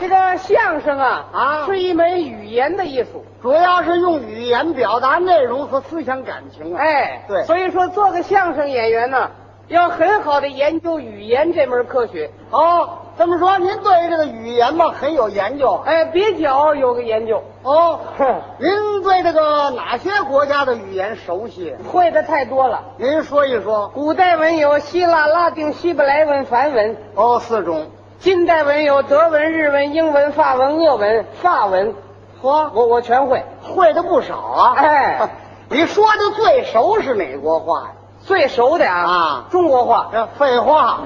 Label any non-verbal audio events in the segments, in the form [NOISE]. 这个相声啊啊是一门语言的艺术。主要是用语言表达内容和思想感情啊。哎，对所以说做个相声演员呢，要很好的研究语言这门科学。哦，这么说您对这个语言嘛很有研究哎，别角有个研究，哦。哼，您对这个哪些国家的语言熟悉？会的太多了。您说一说。古代文有希腊、拉丁、希伯来文、梵文；哦，四种。近代文有德文、日文、英文、法文、俄文、法文，嚯，我我全会。会的不少啊。哎， [LAUGHS] 你说的最熟是哪国话呀？最熟的啊啊，中国话。这废话，啊，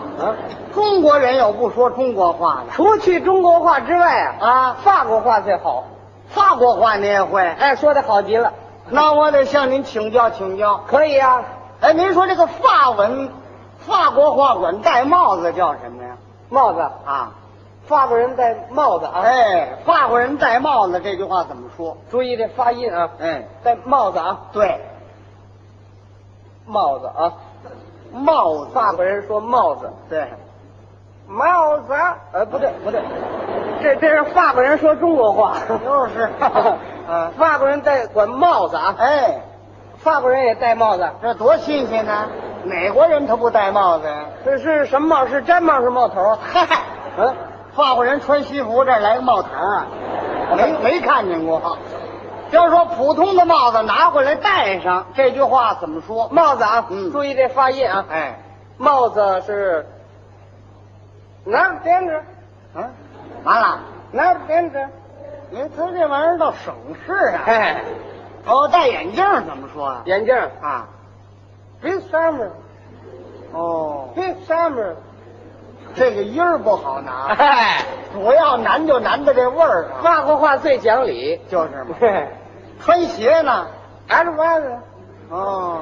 中国人有不说中国话的除去中国话之外啊，啊？法国话最好。法国话你也会？哎，说的好极了，那我得向您请教请教。可以啊。哎，您说这个法文，法国话管戴帽子叫什么呀？帽子，啊，法国人戴帽子啊，哎，法国人戴帽子这句话怎么说？注意这发音啊，哎，戴帽子啊，对，帽子啊，帽子，法国人说帽子，对， [LAUGHS] 帽子啊，呃，不对不对，这这是法国人说中国话， [LAUGHS] 就是， [LAUGHS] 啊，法国人戴管帽子啊，哎，法国人也戴帽子，啊这多新鲜呢！美国人他不戴帽子呀？这是什么帽？是毡帽是帽头？嗨，嗯，法国人穿西服这儿来个帽头啊，没没看见过。就是说普通的帽子拿回来戴上，这句话怎么说？帽子啊，嗯注意这发音啊，哎，帽子是拿鞭子，嗯，完了。拿鞭子，您他这玩意儿倒省事啊！哎，哦，戴眼镜儿怎么说啊？眼镜啊， ，big summer，big 哦， summer，这个音儿不好拿，哎。主要难就难在这味儿上，法国话最讲理。就是嘛。穿鞋呢， [LAUGHS] 俺这娃子哦，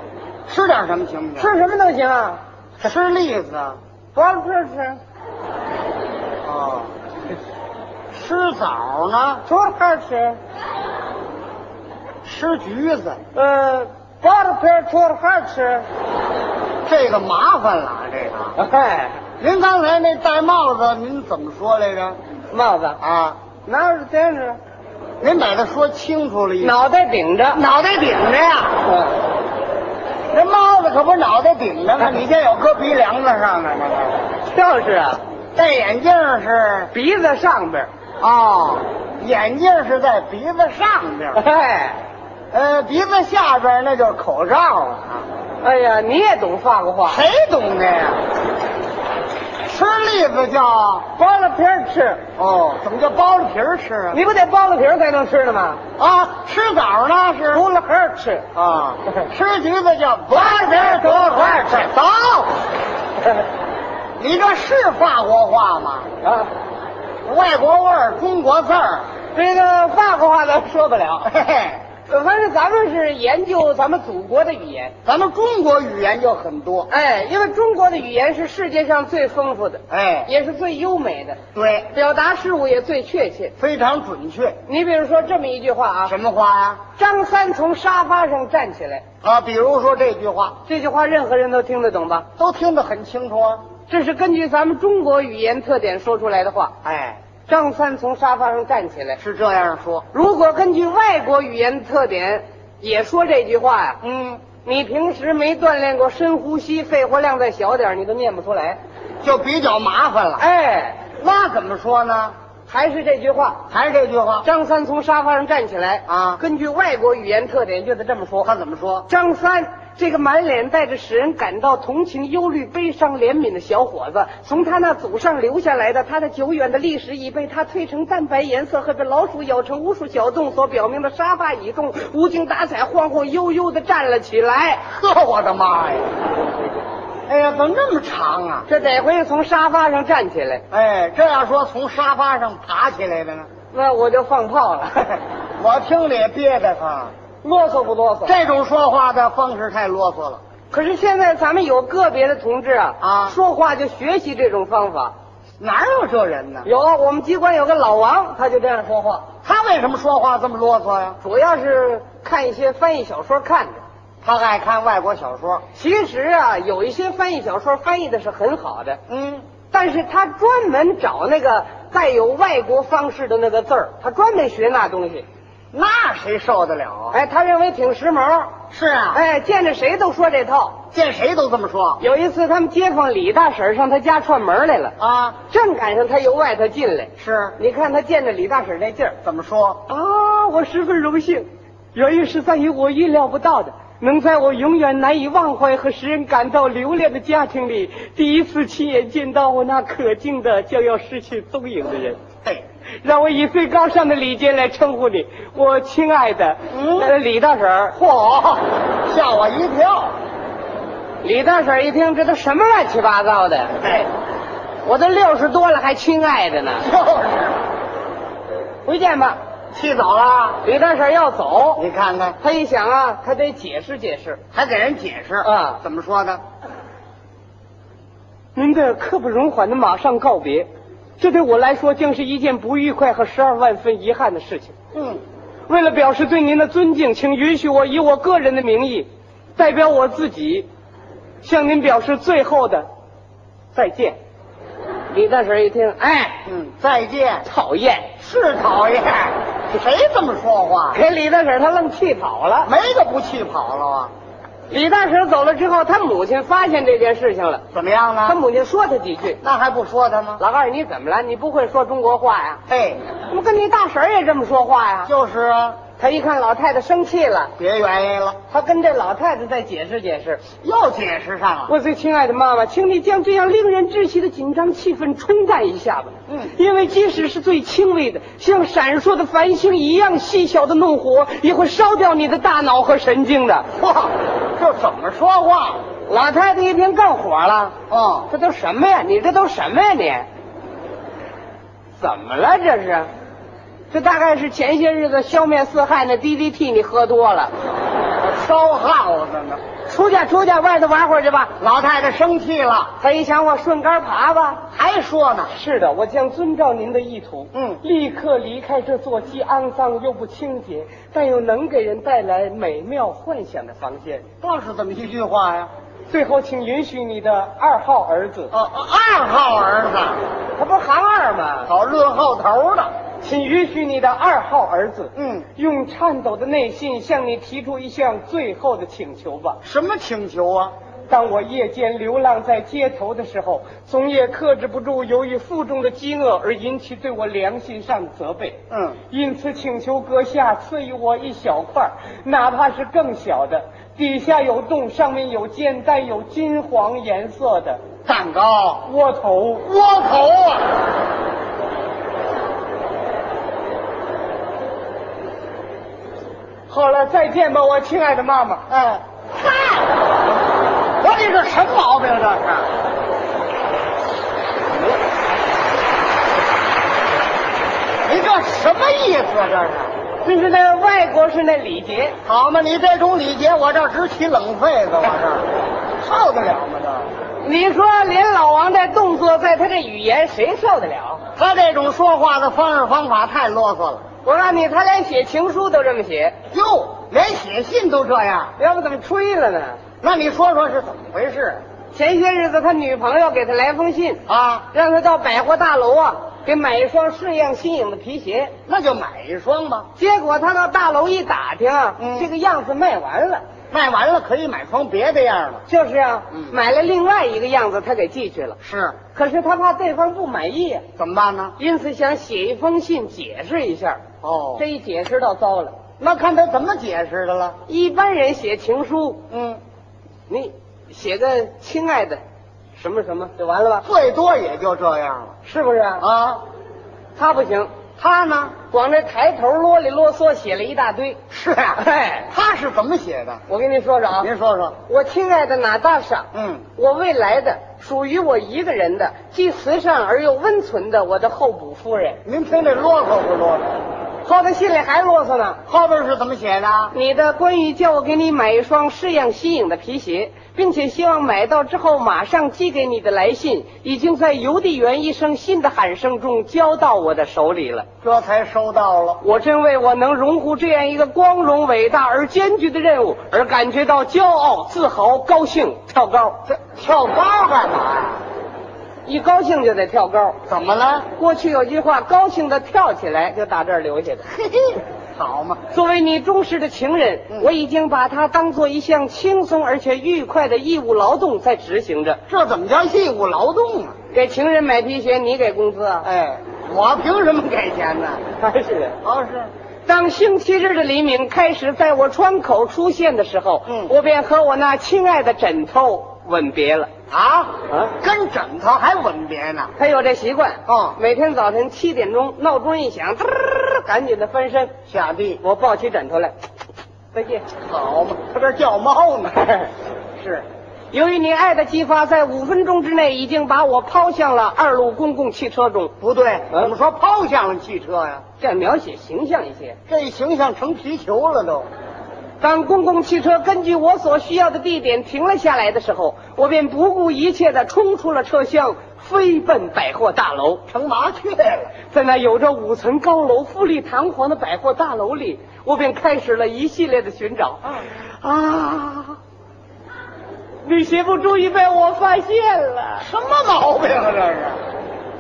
吃点什么行不吃行？什么都行啊，吃吃栗子，啊光吃吃，哦，吃枣呢，除了吃，吃橘子，呃，包着皮儿除了吃。这个麻烦了啊，这个。哎，您刚才那戴帽子，您怎么说来着？帽子啊，拿着垫着，您把它说清楚了一点，脑袋顶 [LAUGHS] 着。脑袋顶着呀。嗯这帽子可不是脑袋顶着吗？你这有搁鼻梁子上的呢。就是啊，戴眼镜是鼻子上边儿。哦，眼镜是在鼻子上边儿，哎，呃，鼻子下边儿那就是口罩了。哎呀，你也懂法国话，谁懂的呀？吃栗子叫包着皮儿吃，哦，怎么叫剥了皮儿吃啊？你不得包了皮儿才能吃的吗？啊，吃枣呢是除了核儿 [LAUGHS] 吃。啊，吃橘子叫剥了皮儿多块吃。走，你这是法国话吗？啊，外国味儿，中国字儿。这个法国话咱说不了。嘿嘿，反正咱们是研究咱们祖国的语言，咱们中国语言就很多。哎，因为中国的语言是世界上最丰富的，哎，也是最优美的，对，表达事物也最确切。非常准确。你比如说这么一句话啊，什么话呀、张三从沙发上站起来，啊？比如说这句话，这句话任何人都听得懂吧？都听得很清楚啊。这是根据咱们中国语言特点说出来的话。哎，张三从沙发上站起来，是这样说。如果根据外国语言特点也说这句话呀、嗯，你平时没锻炼过深呼吸，肺活量再小点儿，你都念不出来。就比较麻烦了。哎。那怎么说呢？还是这句话，还是这句话张三从沙发上站起来啊根据外国语言特点就得这么说。他怎么说？张三这个满脸带着使人感到同情、忧虑、悲伤、怜悯的小伙子，从他那祖上留下来的他的久远的历史，已被他褪成淡白颜色和被老鼠咬成无数小洞所表明的沙发椅中，无精打采、晃晃悠悠的站了起来。呵，我的妈呀！哎呀，怎么这么长啊？这得回从沙发上站起来，哎，这要说从沙发上爬起来的呢，哎那我就放炮了。 [LAUGHS] 我听着也憋得慌。啰嗦不啰嗦？这种说话的方式太啰嗦了。可是现在咱们有个别的同志啊，啊说话就学习这种方法。哪有这人呢？有，我们机关有个老王，他就这样说话，他为什么说话这么啰嗦呀？主要是看一些翻译小说看的。他爱看外国小说。其实啊，有一些翻译小说翻译的是很好的，嗯，但是他专门找那个带有外国方式的那个字儿，他专门学那东西。那谁受得了啊？哎，他认为挺时髦，是啊，哎，见着谁都说这套。见谁都这么说有一次，他们街坊李大婶儿上他家串门来了，啊。正赶上他由外头进来。是你看他见着李大婶那劲儿怎么说？啊，我十分荣幸，原因是在于我意料不到的，能在我永远难以忘怀和使人感到留恋的家庭里，第一次亲眼见到我那可敬的将要失去踪影的人。嘿，让我以最高尚的礼节来称呼你，我亲爱的，嗯呃李大婶儿。嚯，吓我一跳！李大婶儿一听，这都什么乱七八糟的？哎，我都六十多了还亲爱的呢，就是回见吧。气早了。李大婶儿要走，你看看，他一想啊，他得解释解释。还给人解释啊怎么说的？您的刻不容缓的马上告别，这对我来说将是一件不愉快和十二万分遗憾的事情。嗯，为了表示对您的尊敬，请允许我以我个人的名义，代表我自己，向您表示最后的再见。李大婶一听，哎，嗯，再见。讨厌，是讨厌，谁这么说话？给李大婶她愣气跑了。没个不气跑了啊！李大婶走了之后，她母亲发现这件事情了，怎么样她呢？母亲说她几句那还不说他：“吗？老二，你怎么了？你不会说中国话呀？嘿，怎么跟你大婶也这么说话呀？”就是啊，他一看老太太生气了，别原因了，他跟这老太太再解释解释。又解释上了。我最亲爱的妈妈，请你将这样令人窒息的紧张气氛冲淡一下吧。嗯因为即使是最轻微的，像闪烁的繁星一样细小的怒火，也会烧掉你的大脑和神经的。哇，这怎么说话？老太太一听更火了，哦，这都什么呀？你这都什么呀？你怎么了？这是，这大概是前些日子消灭四害那 DDT 你喝多了。我烧耗子呢。出去出去，外头玩会儿去吧。老太太生气了，他一想，我顺杆爬吧。还说呢。是的，我将遵照您的意图，嗯立刻离开这座既肮脏又不清洁，但又能给人带来美妙幻想的房间。倒是这么一句话呀。最后，请允许你的二号儿子，哦，二号儿子，他不是行二吗？好论后头的。请允许你的二号儿子，嗯，用颤抖的内心向你提出一项最后的请求吧。什么请求啊？当我夜间流浪在街头的时候，总也克制不住由于腹中的饥饿而引起对我良心上的责备。嗯，因此，请求阁下赐予我一小块儿，哪怕是更小的，底下有洞，上面有尖，带有金黄颜色的蛋糕，窝头。窝头啊。好了，再见吧，我亲爱的妈妈。哎，嗨，我这是什么毛病？这是？你这什么意思？这是？这是那外国式那礼节，好嘛，你这种礼节，我这直起冷痱子，我这受得了吗？这你说连老王这动作，在他这语言，谁受得了？他这种说话的方式方法太啰嗦了。我告诉你，他连写情书都这么写，哟，连写信都这样，要不怎么吹了呢？那你说说是怎么回事前些日子，他女朋友给他来封信，啊？ [LAUGHS] 让他到百货大楼啊，给买一双式样新颖的皮鞋。那就买一双吧，结果他到大楼一打听啊，嗯这个样子卖完了。卖完了可以买双别的样了。就是啊，嗯买了另外一个样子，他给寄去了。是，可是他怕对方不满意啊，怎么办呢？因此想写一封信解释一下。哦这一解释倒糟了，那看他怎么解释的了。一般人写情书，嗯，你写个亲爱的，什么什么就完了吧？最多也就这样了是不是啊？啊。他不行，他呢？光这抬头啰里啰嗦写了一大堆。是啊，哎，他是怎么写的？我跟你说说啊，您说说。我亲爱的娜大莎，嗯，我未来的属于我一个人的，既慈善而又温存的我的候补夫人。您听这啰嗦不啰嗦？后头信里还啰嗦呢。后边是怎么写的？你的关于叫我给你买一双式样新颖的皮鞋，并且希望买到之后马上寄给你的来信，已经在邮递员一声新的喊声中交到我的手里了。这才收到了。我真为我能荣获这样一个光荣、伟大而艰巨的任务而感觉到骄傲、自豪、高兴、跳高。这跳高干嘛呀？一高兴就得跳高。怎么了？过去有句话，高兴的跳起来，就打这儿留下的。嘿嘿，好嘛，作为你忠实的情人，嗯我已经把它当做一项轻松而且愉快的义务劳动在执行着。这怎么叫义务劳动啊？给情人买皮鞋，你给工资啊？哎，我凭什么给钱呢？还是的。哦，是， [LAUGHS] 当星期日的黎明开始在我窗口出现的时候，嗯我便和我那亲爱的枕头吻别了。啊啊跟枕头还吻别呢？他有这习惯哦每天早晨七点钟闹钟一响，嘚儿赶紧的翻身，下地，我抱起枕头来，再见。好嘛，他这叫猫呢。 [LAUGHS] 是，由于你爱的激发，在五分钟之内已经把我抛向了二路公共汽车中，不对，嗯怎么说抛向了汽车呀、这样描写形象一些。这形象成皮球了都。当公共汽车根据我所需要的地点停了下来的时候，我便不顾一切的冲出了车厢，飞奔百货大楼。成麻雀了。在那有着五层高楼、富丽堂皇的百货大楼里，我便开始了一系列的寻找。啊，你媳妇终于被我发现了！什么毛病啊这是？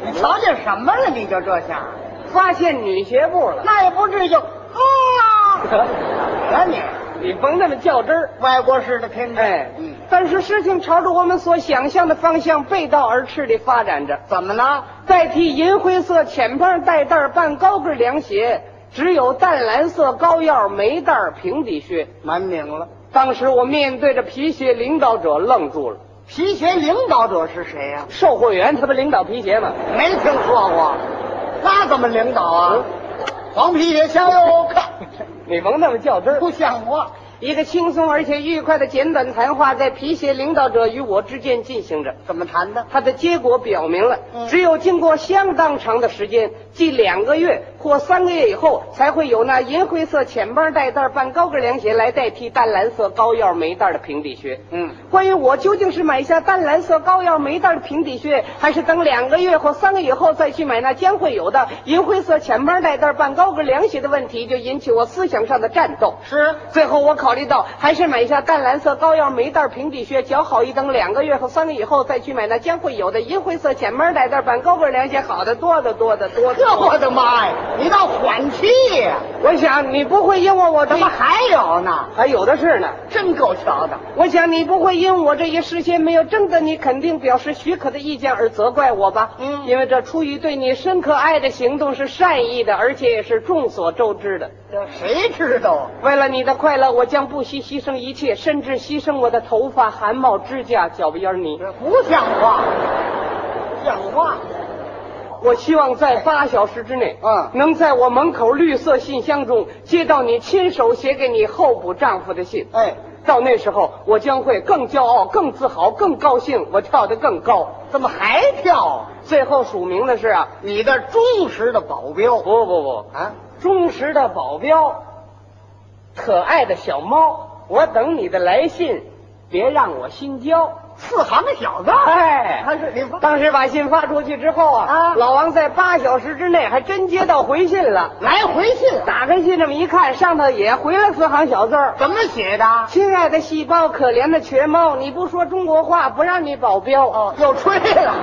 你瞧见什么了？你就这下，发现女媳妇了？那也不至于就 [LAUGHS] 啊，啊你你甭那么较真儿。外国式的天真。哎，嗯，但是事情朝着我们所想象的方向背道而驰地发展着。怎么呢？代替银灰色浅帮带带儿半高跟凉鞋，只有淡蓝色高腰没带儿平底靴。满拧了。当时我面对着皮鞋领导者愣住了。皮鞋领导者是谁呀、售货员他不领导皮鞋吗？没听说过，那怎么领导啊？黄皮 [LAUGHS] 鞋香油，看你甭那么较真儿。不像话。一个轻松而且愉快的简短谈话在皮鞋领导者与我之间进行着。怎么谈的？它的结果表明了，嗯只有经过相当长的时间，即两个月或三个月以后，才会有那银灰色浅帮带带儿半高跟凉鞋来代替淡蓝色高腰没带儿的平底靴。嗯，关于我究竟是买下淡蓝色高腰没带儿的平底靴，还是等两个月或三个月后再去买那将会有的银灰色浅帮带带儿半高跟凉鞋的问题，就引起我思想上的战斗。是最后，我考虑到还是买下淡蓝色高腰没带儿平底靴，脚好一蹬，两个月和三个以后再去买那将会有的银灰色浅闷带带儿版高跟凉鞋，好的多的多的多这的。我的妈呀！你倒缓气呀、我想你不会因为我这怎么还有呢？还有的是呢。真够瞧的。我想你不会因为我这一事先没有征得你肯定表示许可的意见而责怪我吧？嗯因为这出于对你深刻爱的行动是善意的，而且也是众所周知的。这谁知道啊？为了你的快乐，我将不惜牺牲一切，甚至牺牲我的头发、汗毛、指甲、脚不烟泥。这不像话，像话！我希望在八小时之内，嗯能在我门口绿色信箱中接到你亲手写给你候补丈夫的信。哎，到那时候，我将会更骄傲、更自豪、更高兴，我跳得更高。怎么还跳啊？最后署名的是啊，你的忠实的保镖不不不，啊！忠实的保镖，可爱的小猫，我等你的来信，别让我心焦。四行的小子，哎他是你爸当时把信发出去之后啊，啊老王在八小时之内还真接到回信了。来回信打开信这么一看，上头也回了四行小字儿怎么写的？：“亲爱的细胞，可怜的瘸猫，你不说中国话，不让你保镖。”哦，又吹了，